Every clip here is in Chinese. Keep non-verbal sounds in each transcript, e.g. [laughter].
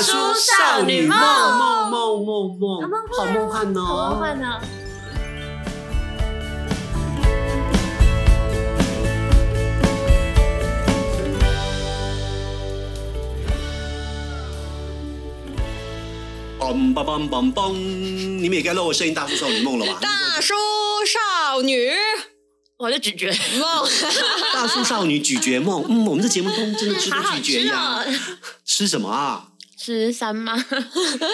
少女梦梦梦梦好梦梦，好幻梦幻哦！好梦幻呢？嘣嘣嘣嘣嘣！你们也该露我声音大叔少女梦了吧？大叔少女我 [laughs] 就咀嚼，梦，大叔少女咀嚼梦，嗯，我们这节目都真的吃好的好咀嚼吃呀哦，，吃什么啊？吃 [laughs] 三吗？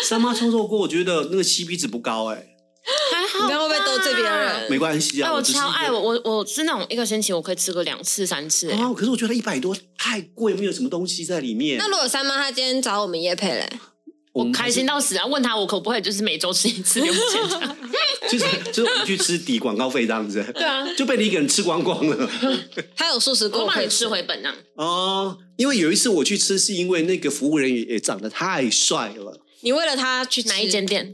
三妈臭臭锅，我觉得那个 CP 值不高哎、还好，你看会不会得罪别？人？没关系哎，啊，我只是超一个爱我我我是那种一个星期我可以吃个两次三次哎、啊，可是我觉得一百多太贵，没有什么东西在里面那。如果三妈她今天找我们叶配嘞，我我们还开是心到死啊！问他我可不可以就是每周吃一次给我钱这样？就是就是我们去吃抵广告费这样子， [laughs] 对啊，就被你一个人吃光光了。还有素食我锅帮可以你吃回本啊！哦，因为有一次我去吃，是因为那个服务人员也长得太帅了。你为了他去吃哪一间？店？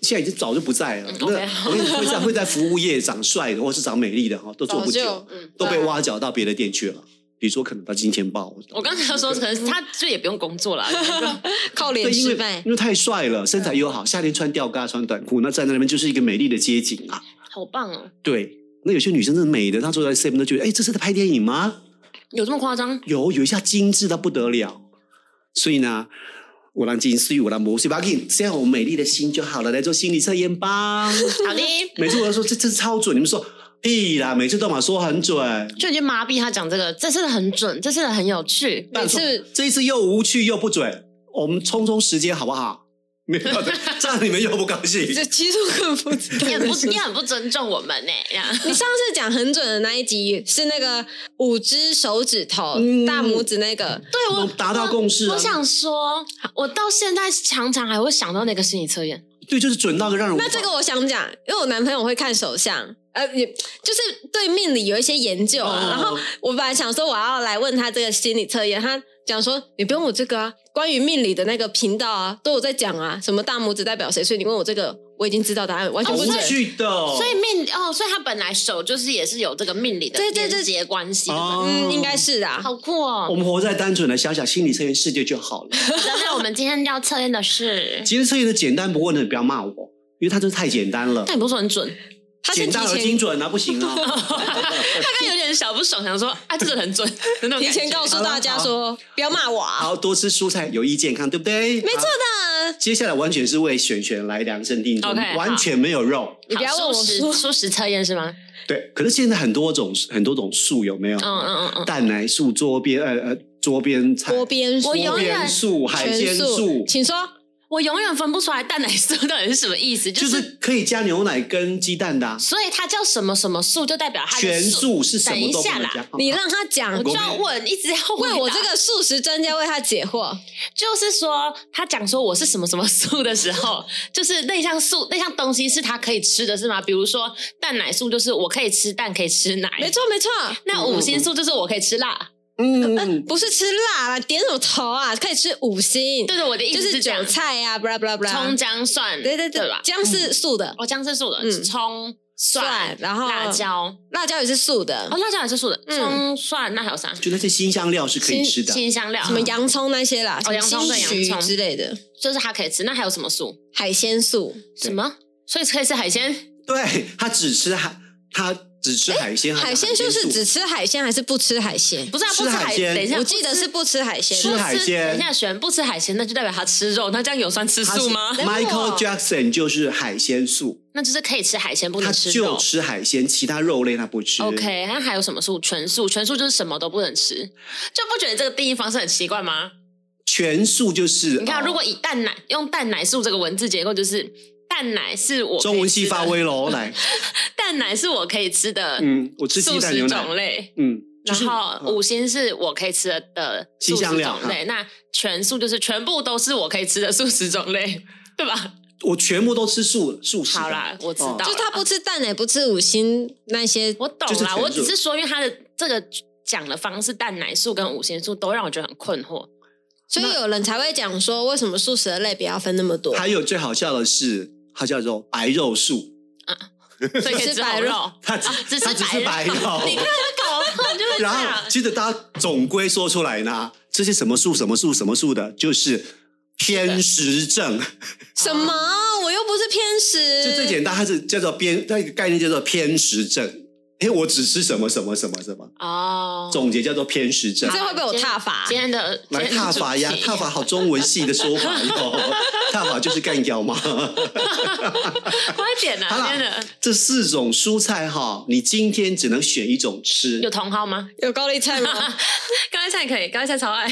现在已经早就不在了。嗯那 OK 我跟你说会在会在服务业长帅的或是长美丽的哈，都做早不就久，嗯，都被挖角到别的店去了。比如说，可能到金钱豹。我刚才说可能是他就也不用工 [laughs] 作了啊，靠对，脸因吃为饭因，为太帅了，身材又好，夏天穿吊嘎穿短裤，那站在那边就是一个美丽的街景啊。好棒哦！对，那有些女生真的美的，她坐在 seven 都觉得，哎、这是在拍电影吗？有这么 [laughs] 夸张？有有一下精致到不得了。所以呢，我让金丝玉，我让魔术巴金，这样我美丽的心就好了，来做心理测验 [laughs] 吧。好的，每次我都说这这超准，你们说屁啦，每次都嘛说很准，就已经麻痹他讲这个，这次的很准，这次的很有趣。每次这一次又无趣又不准，我们充充时间好不好？没有 [laughs] 的，这样你们又不高兴。这其实我根本不知道 [laughs] 你很 [laughs] 不，你你很不尊重我们呢、这样上次讲很准的那一集是那个五只手指头、嗯大拇指那个，对我我们达到共识啊我想说，我到现在常常还会想到那个心理测验，对，就是准到个让人无法。那这个我想讲，因为我男朋友会看手相，呃，也就是对命理有一些研究啊。哦然后我本来想说我要来问他这个心理测验，他讲说你不用我这个啊，关于命理的那个频道啊都有在讲啊，什么大拇指代表谁，所以你问我这个，我已经知道答案，完全好不无准。趣的哦，所以命哦，所以他本来手就是也是有这个命理的对对对连接关系，对不对哦嗯，应该是啊。好酷哦 [laughs] 我！们活在单纯的小小心理测验世界就好了。那我们今天要测验的是，其实测验的简单不过呢，不要骂我，因为它真的太简单了，但你不是说很准，他是简提单而前精准啊，不行 [laughs] 啊。他刚有点小不爽，想说啊，这个很 [laughs] 准，的那种提前感觉告诉大家好了说不要骂我啊。好，多吃蔬菜有益健康，对不对？没错的。那接下来完全是为选选来量身定做 OK，好完全没有肉。你不要问我好素食说素食测验是吗？对，可是现在很多种很多种素有没有？嗯嗯嗯嗯，蛋奶素、桌边呃呃桌边菜、锅边我有桌边素、海鲜全素素，，请说。我永远分不出来蛋奶素到底是什么意思，就就是是可以加牛奶跟鸡蛋的啊。所以它叫什么什么素，就代表它的全素是什等么一都不下能啦加。哦你让他讲我，就要问，一直要为我这个。个素食专家为他解惑。就是说，他讲说我是什么什么素的时候，就是那项素那项东西是他可以吃的，是吗？比如说蛋奶素，就是我可以吃蛋，可以吃奶。没。错没错，那五星素就是我可以吃辣。嗯，嗯不是吃辣啦，点什么头啊？可以吃五星，对对，我的意就思是这样韭、菜呀、啊、，blah blah blah，葱、姜、蒜，对对对对吧，？姜是素的，哦，姜是素的，嗯葱、蒜蒜，然后辣椒，辣椒也是素的哦，，辣椒也是素的，嗯葱、蒜，那还有啥？就那些新香料是可以吃的。啊新香料，什么洋葱那些啦，哦洋葱对什么金洋桔葱之类的，就是它可以吃。那还有什么素？海鲜素。对什么？所以可以吃海鲜？对他只吃海，他只吃海鲜。海鲜素是素只吃海鲜还是不吃海鲜？不是、啊，吃不吃海鲜等一下，我记得是不不吃海鲜吃不的。海鲜等一下，璇不吃海鲜，那就代表他吃肉，那这样有算吃他是素吗？ ？Michael Jackson 就是海鲜素，那就是可以吃海鲜，不他能吃肉就。吃海鲜，其他肉类他不吃。 OK，那还有什么素？全素，全素就是什么都不能吃，就不觉得这个定义方式很奇怪吗？全素就是你看，呃如果以蛋奶用蛋奶素这个文字结构，就是蛋奶是我可以中文系吃的发，威喽，来，蛋奶是我可以吃的嗯， [laughs] 我吃鸡素蛋食牛种奶，类，嗯，就是然后五星是我可以吃的的新素食香料嗯种类，那全素就是全部都是我可以吃的素食种类，对吧？我全部都吃素素食。好，啦，我知哦道了，哦就是他不吃蛋也不吃五星那些，我懂就是啦，全我只素是说，因为他的这个讲的方式，蛋奶素跟五星素都让我觉得很 [laughs] 困惑。所以有人才会讲说，为什么素食的类别要分那么多？还有最好笑的是，它叫做白肉素，所以可以只吃白红肉肉，它只啊只它是只是白白肉肉。 [laughs] 你看他搞混就是这 [laughs] 然后样。接着大家总归说出来呢，这些什么素什么素什么素的，就是偏食症，什么？我又不是偏食，就最简单，它是叫做偏，它一个概念叫做偏食症。哎，我只吃什么什么什么什么，哦，总结叫做偏食症。这会被我踏伐今。天的来踏伐呀，踏伐好中文系的说法 [laughs] 哟，踏伐就是干掉嘛。快点啊！好啦今天的这四种蔬菜哈，你今天只能选一种吃有。茼 [laughs] 蒿吗？有高丽菜吗？高丽菜可以，高丽菜超爱。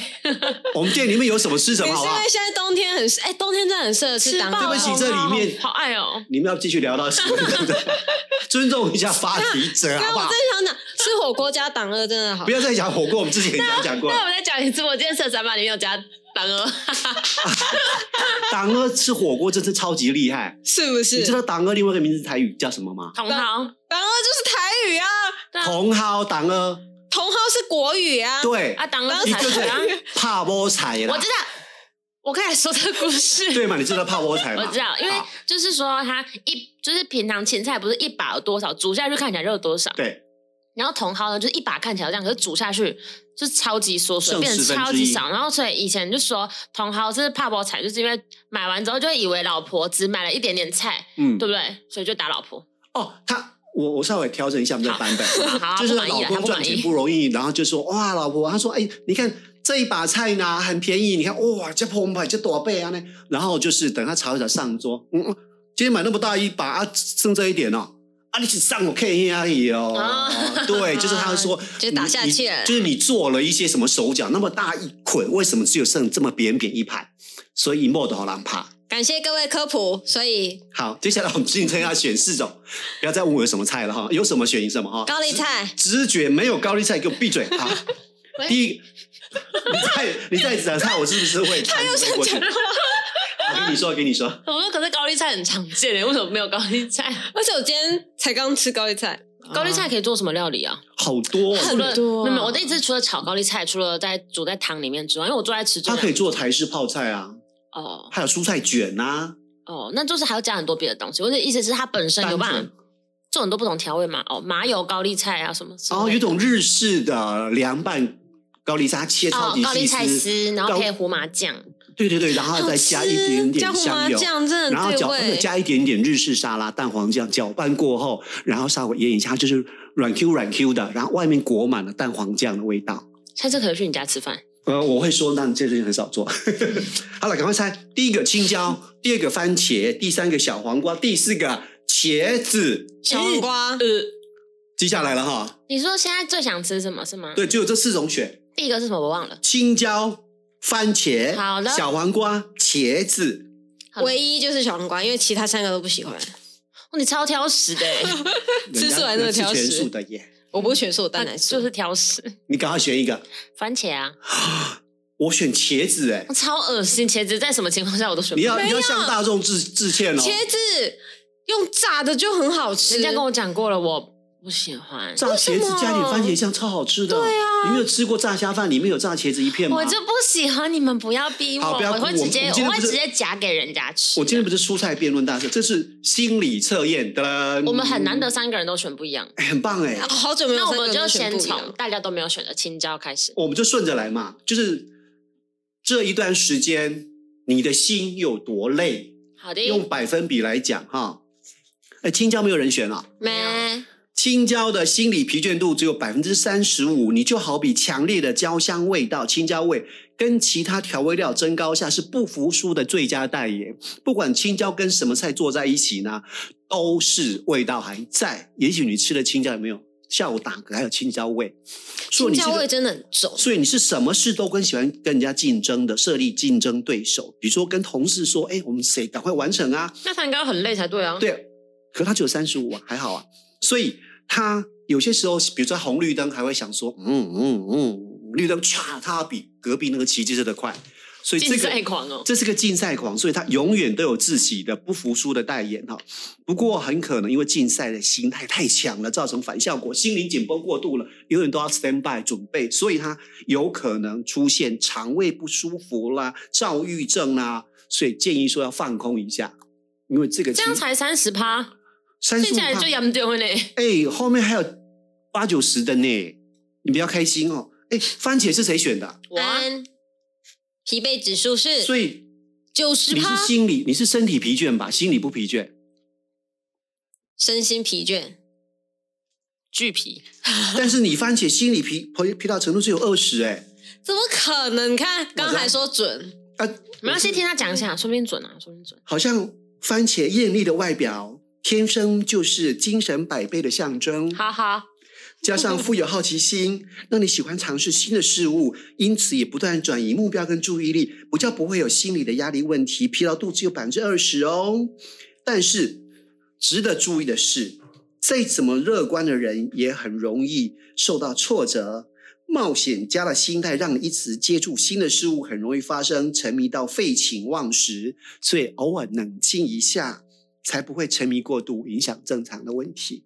我们店里面有什么吃什你么，是好不因好为？现在冬天很适，哎，冬天真的很适合吃吃当爆对归。不起这里面好好爱哦。你们要继续聊到什么？尊重一下发题 [laughs] 者，好但不我好？真想讲，吃火锅加党二真的好不。要再讲火锅，我们之前也讲过那，我们再讲一次，我今天社长吧里面有加当鹅，党哥吃火锅真是超级厉害。是不你是知道党哥另外一个名字台语叫什么吗？茼蒿。党二就是台语啊，对啊茼蒿党哥，茼蒿是国语啊。对，啊，当鹅你才就是啊。泡菠菜啦我知。道，我刚才说这个故事。对嘛？你知道泡菠菜吗？我知道，因为好就是说它一就是平常芹菜不是一把有多少，煮下去看起来就有多少。对，然后茼蒿呢，就是一把看起来这样，可是煮下去就是超级缩水，剩变得10分之超级一少。然后所以以前就说茼蒿是怕包菜，就是因为买完之后就以为老婆只买了一点点菜，嗯对，不对？所以就打老婆。哦，他我我稍微调整一下我们的版本，啊好就是不满意老了公他不赚满意钱不容易，然后就说哇，老婆，他说哎，你看这一把菜呢很便宜，你看哇，这澎湃这多倍啊呢，然后就是等他炒一炒上桌，嗯，嗯，今天买那么大一把啊，剩这一点哦。啊！你只上我 K 而已哦，啊对，就是他 [laughs] 说，就打下去你了你就是你做了一些什么手脚，那么大一捆，为什么只有剩这么扁扁一盘？所以莫的好难怕。感谢各位科普，所以好，接下来我们今天要选四种，不要再问我有什么菜了哈，有什么选什么哈。高丽菜直觉没有高丽菜，给我闭嘴！好，第一，你再你再讲菜，我是不是 [laughs] 会他又想讲我跟你说，跟你说，我说可是高丽菜很常见诶，为什么没有高 [laughs] 丽菜？而且我今天才刚吃高丽菜，高丽菜可以做什么料理啊？好多、很除了多啊没有没有，我的意思是除了炒高丽菜，除了在煮在汤里面之外，因为我最爱吃这它可个。以做台式泡菜啊，哦还有蔬菜卷啊，哦，那就是还要加很多别的东西。我的意思是它本身有单办纯法做很多不同调味嘛。哦，麻油高丽菜啊什么之类然的。后哦有一种日式的凉拌高丽菜，它切超哦级，高丽菜细丝，然后高配胡麻酱，对对对，然后再加一点点好吃加香胡麻油，酱，真的然后嗯很对搅味。加一点点日式沙拉蛋黄酱，搅拌过后，然后稍微腌一下，它就是软 Q 软 Q 的，然后外面裹满了蛋黄酱的味道。下次可以去你家吃饭。呃，我会说，但这事情很少做。 [laughs] 好了，赶快猜，第一个青椒，第二个番茄，第三个小黄瓜，第四个茄子。小黄呃瓜，嗯记下来了哈，你说现在最想吃什么是吗？对，只有这四种选：第一个是什么？我忘了。青椒、番茄、好的小黄瓜、茄子。好了唯一就是小黄瓜，因为其他三个都不喜欢。哦你超挑食的欸，吃素还是人家挑吃食全素的耶？我不选素，我蛋奶素啊 [laughs] 就。是挑食。你赶快选一个， [laughs] 番茄啊，哦我选茄子哎。超恶心，茄子在什么情况下我都选你不要了。你要向大众致致歉哦。茄子用炸的就很好吃，人家跟我讲过了，我不喜欢。炸茄子为什么加点番茄酱超好吃的。对啊，你没有吃过炸虾饭里面有炸茄子一片吗？我就不喜欢，你们不要逼我，好不要我会我直接我今天会不是直接夹给人家吃。我今天不是蔬菜辩论大师，这是心理测验的。我们很难得哦三个人都选不一样，哎，很棒哎啊，好久没有那我们三个就人选先不一从样。大家都没有选的青椒开始。我们就顺着来嘛，就是这一段时间你的心有多累，好的，用百分比来讲哈。哎，青椒没有人选啊。没，青椒的心理疲倦度只有百分之三十五，你就好比强烈的焦香味道，青椒味跟其他调味料增高下是不服输的最佳代言。不管青椒跟什么菜做在一起呢，都是味道还在。也许你吃了青椒有没有？下午打嗝还有青椒味，所以青你椒这个味真的很重。所以你是什么事都跟喜欢跟人家竞争的，设立竞争对手。比如说跟同事说：“哎，我们谁赶快完成啊？”那他应该很累才对啊。对，可他只有三十五啊，还好啊。所以他有些时候，比如说红绿灯，还会想说，嗯嗯嗯，绿灯唰，他要比隔壁那个骑机车的快，所以这竞赛个狂哦。这是个竞赛狂，所以他永远都有自己的不服输的代言哈。不过很可能因为竞赛的心态太强了，造成反效果，心灵紧绷过度了，永远都要 stand by 准备，所以他有可能出现肠胃不舒服啦、躁郁症啦，所以建议说要放空一下。因为这个这样情才三十趴，三听十五起来就严重呢。哎、后面还有八九十的呢，你不要开心呃哦。哎、番茄是谁选的啊？我啊安，疲惫指数是所以九十你趴是心理，你是身体疲倦吧？心理不疲倦，身心疲倦，巨皮，但是你番茄心理疲疲疲劳程度只有二十哎，怎么可能？你看刚还说准，啊，我们要先听他讲一下，说不定准啊，说不定准。好像番茄艳丽的外表，天生就是精神百倍的象征。好好，加上富有好奇心，让你喜欢尝试新的事物，因此也不断转移目标跟注意力，比较不会有心理的压力问题，疲劳度只有百分之二十哦。但是值得注意的是，再怎么乐观的人也很容易受到挫折。冒险家的心态让你一直接触新的事物，很容易发生沉迷到废寝忘食，所以偶尔冷静一下，才不会沉迷过度，影响正常的问题。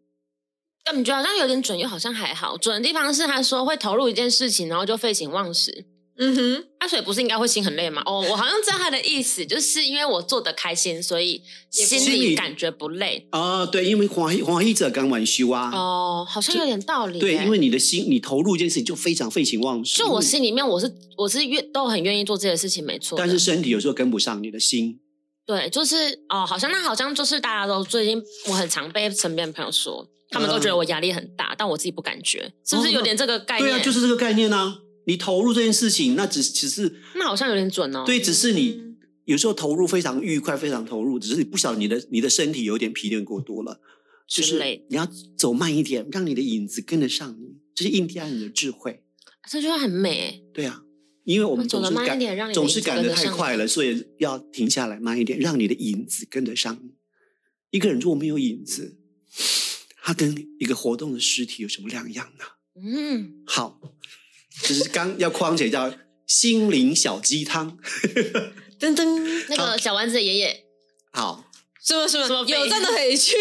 感觉好像有点准，又好像还好。准的地方是他说会投入一件事情，然后就废寝忘食。嗯哼，阿水不是应该会心很累吗？哦，我好像知道他的意思，就是因为我做的开心，所以也不心心里里感觉不累。哦，对，因为黄一黄一者刚完休啊，哦，好像有点道理耶。对，因为你嗯的心，你投入一件事情就非常废寝忘食，就我心里面，我是我是愿都很愿意做这些事情，没错的。但是身体有时候跟不上你的心，对，就是哦，好像那好像就是大家都最近，我很常被身边的朋友说，他们都觉得我压力很大，但我自己不感觉，是不是有点这个概嗯念？哦对啊，就是这个概念啊。你投入这件事情，那只只是那好像有点准哦。对，只是你有时候投入非常愉快，非常投入，只是你不晓得你的你的身体有点疲倦过多了，就之是类你要走慢一点，让你的影子跟得上你，这是印第安人的智慧。这句话很美耶。对啊，因为我们走总得是慢一赶点让你的总影是子赶跟得得太上快了，所以要停下来慢一点，让你的影子跟得上你。一个人如果没有影子，他跟一个活动的尸体有什么两样呢？嗯，好，就是刚要框起来叫心灵小鸡汤。噔噔，那个小丸子的爷爷， [laughs] 好，什么什什么么有真的可以去，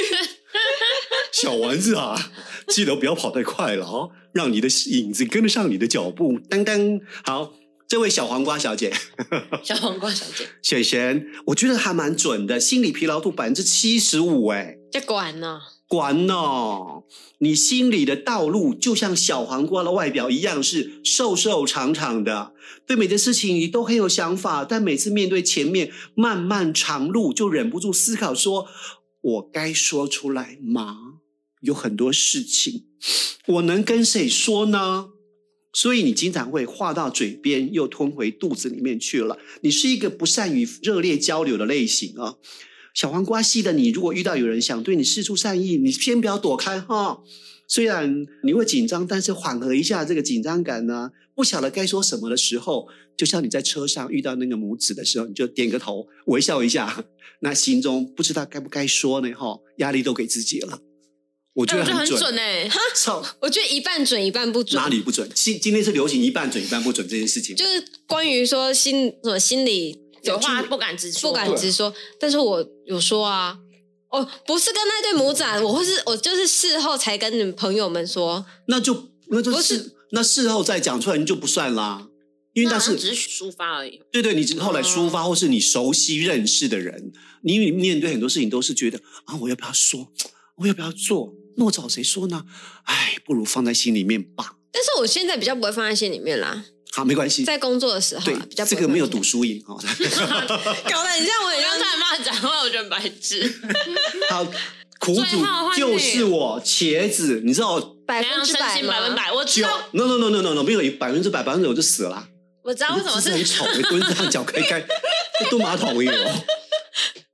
[laughs] 小丸子啊，记得不要跑太快了哦，让你的影子跟得上你的脚步。当当，好，这位小黄瓜小姐。小黄瓜小姐，雪璇，我觉得还蛮准的，心理疲劳度百分之七十五，哎，就管呢，管哦！你心里的道路就像小黄瓜的外表一样，是瘦瘦长长的，对每件事情你都很有想法，但每次面对前面漫漫长路，就忍不住思考说：我该说出来吗？有很多事情，我能跟谁说呢？所以你经常会话到嘴边，又吞回肚子里面去了。你是一个不善于热烈交流的类型啊。小黄瓜系的你，如果遇到有人想对你施出善意，你先不要躲开哈。虽然你会紧张，但是缓和一下这个紧张感呢、不晓得该说什么的时候，就像你在车上遇到那个母子的时候，你就点个头，微笑一下。 [laughs] 那心中不知道该不该说呢，哈，压力都给自己了。我觉哎得我觉很得很准，准 [laughs] 哎。操、我觉得一半准一半不准哪，里不准？今今天是流行一半准一半不准这件事情。就是关于说心什么心理有话不不敢直说，啊不敢直说，但是我有说啊，哦，不是跟那对母仔，我会是我就是事后才跟你们朋友们说，那就那就不是事那事后再讲出来你就不算啦，因为那那是只是抒发 [laughs] 而已。对对，你只后来抒发，或是你熟悉认识的人，你你面对很多事情都是觉得啊，我要不要说？我要不要做？那我找谁说呢？哎，不如放在心里面吧。但是我现在比较不会放在心里面啦，好，没关系。在工作的时候对啊，比较，不这会个没有放在赌输赢啊。心里面搞得很像我不很要像再骂讲话，我觉得很白痴。 [laughs] 好，苦最主后换你就是我茄子，你知道？百怎样分之身百心吗 [laughs] 百分，百，我知就道， no no no no no no，没有百分之百，百分之百我就死了。我知道为什么姿势是很丑，蹲这样脚开开，蹲马桶也有，而且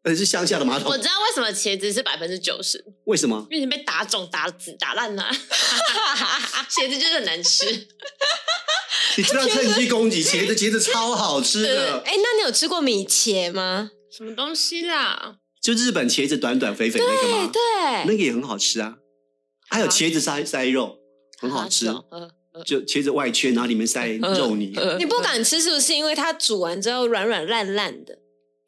呃是乡下的马桶我。知道为什么茄子是百分之九十，为什么？因为你被打肿、打紫、打烂了、 [laughs] 茄子就是很难吃。你知道趁机攻击茄子，茄子超好吃的。哎，那你有吃过米茄吗？ [laughs] 什么东西啦？就日本茄子短短肥肥那个对吗？那哎对，个也很好吃啊。还有茄子塞塞肉，很好吃。啊是 [laughs] 哦呃就茄子外圈，然后里面塞呃肉泥。呃你不敢吃是不是因为它煮完之后软软烂烂的？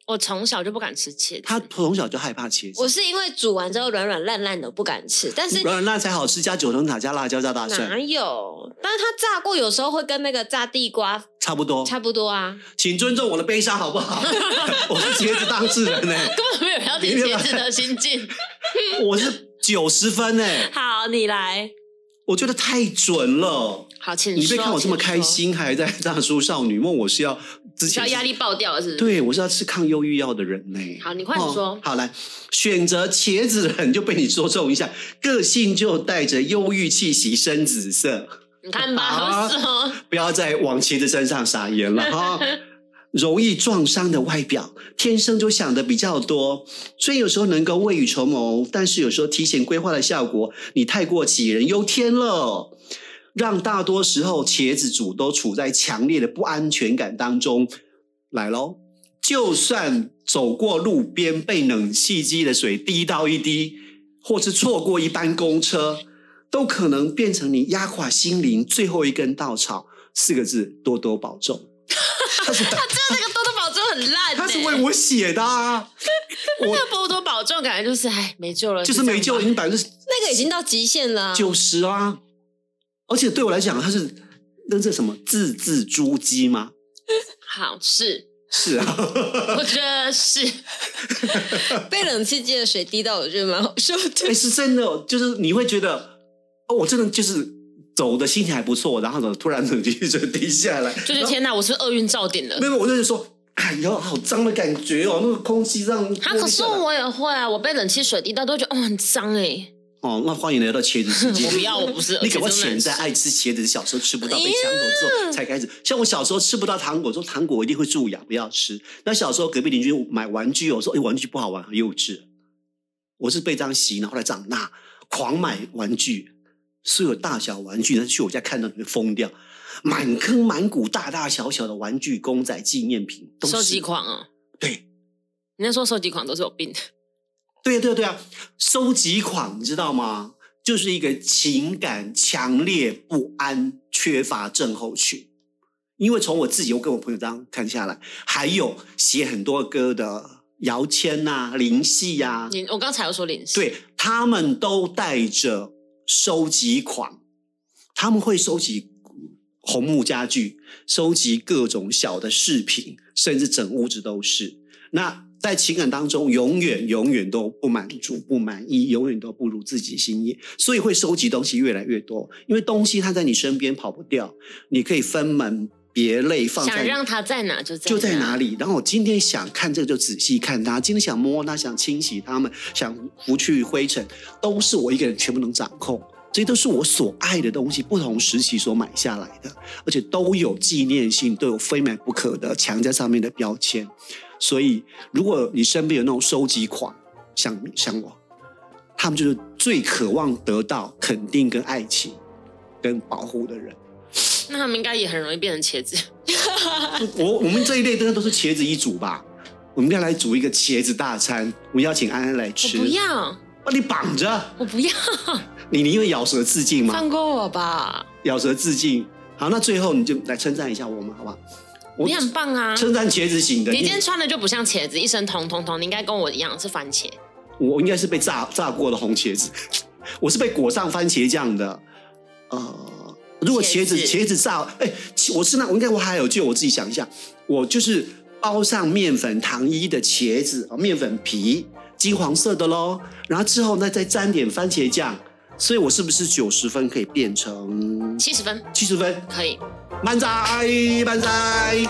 我从小就不敢吃茄子。他从小就害怕茄我子，是因为煮完之后软软烂烂的我不敢吃，但是软软烂才好吃，加九层塔，加辣椒，加大哪蒜，有？但是它炸过有时候会跟那个炸地瓜差不多。差不多啊。请尊重我的悲伤，好不好？ [laughs] 我是茄子当事人呢、 [laughs] 欸根本没有人要听茄子的心境。我是九十分欸呢、 [laughs] 好，你来。我觉得太准了。好，请你别看我这么请开心，还在大叔少女梦，我是要之前要是压力爆掉了是不是？对，我是要吃抗忧郁药的人呢、哦好你快点说好来，选择茄子的人就被你说中一下，个性就带着忧郁气息，深紫色，你看吧，啊是哦，不要再往茄子身上撒盐了哈。容易撞伤的外表，天生就想的比较多，所以有时候能够未雨绸缪，但是有时候提前规划的效果，你太过杞人忧天了。让大多时候茄子主都处在强烈的不安全感当中。来喽，就算走过路边被冷气机的水滴到一滴，或是错过一班公车，都可能变成你压垮心灵最后一根稻草。四个字：多多保重。他是这个多多保重很烂、欸，他是为我写的啊，那多多保重，感觉就是哎没救了，就是没救，已这经样吧百分之那个已经到极限了啊。九十啊。而且对我来讲，他是那这什么字字珠玑吗？好是，是 [laughs] 啊。我觉得是，被冷气机的水滴到，我觉得蛮好笑的。哎、是真的哦，就是你会觉得，哦，我真的就是走的心情还不错，然后呢，突 [laughs] 然冷气就滴下来，就然 [laughs] 是后天哪，我是不是厄运照点了没。有，我就说，哎呦，好脏的感觉哦，那个空气让他啊可是我也会啊，我被冷气水滴到都觉得哦很脏哎、哦，那欢迎来到茄子世界。 [laughs] 我不要，我不是， [laughs] 你赶快而且真的哎潜很在爱吃茄子，小时候吃不到，被抢走之后才开始。像我小时候吃不到糖果，说糖果我一定会蛀牙，不要吃。那小时候隔壁邻居买玩具，我说哎、玩具不好玩，很幼稚。我是被这样洗脑，后来长大狂买玩具，所有大小玩具，那去我家看到你会疯掉，满坑满谷大大小小的玩具、公仔、纪念品，都收集是。狂哦。对，人家说收集狂都是有病的，对啊对啊对啊，收集狂，你知道吗？就是一个情感强烈不安、缺乏症候群。因为从我自己，我跟我朋友这样看下来，还有写很多歌的姚谦呐、林夕啊呀、你我刚才有说零食，对他们都带着收集狂，他们会收集红木家具，收集各种小的饰品，甚至整屋子都是。那在情感当中，永远永远都不满足、不满意，永远都不如自己心意，所以会收集东西越来越多。因为东西它在你身边跑不掉，你可以分门别类放在想让他在哪就在就在哪。里。然后我今天想看这个就仔细看它，今天想摸它，想清洗它们，想拂去灰尘，都是我一个人全部能掌控。这些都是我所爱的东西，不同时期所买下来的，而且都有纪念性，都有非买不可的强在上面的标签。所以，如果你身边有那种收集狂，像像我，他们就是最渴望得到肯定、跟爱情、跟保护的人。那他们应该也很容易变成茄子。我我们这一类真的都是茄子一组吧？我们要来煮一个茄子大餐，我们邀请安安来我吃。不，要，把你绑着，我不要，你你因为咬舌自尽吗？放过我吧！咬舌自尽。好，那最后你就来称赞一下我们，好不好？我你很棒啊，称赞茄子型的，你今因为天穿的就不像茄子，一身红彤彤，你应该跟我一样是番茄。我应该是被炸炸过的红茄子，我是被裹上番茄酱的。呃，如果茄子茄子茄子炸，哎、其我是那我应该我还有救，我自己想一下，我就是包上面粉糖衣的茄子啊，面粉皮金黄色的喽，然后之后呢再沾点番茄酱，所以我是不是九十分可以变成七十分七十分？可以。满载满载。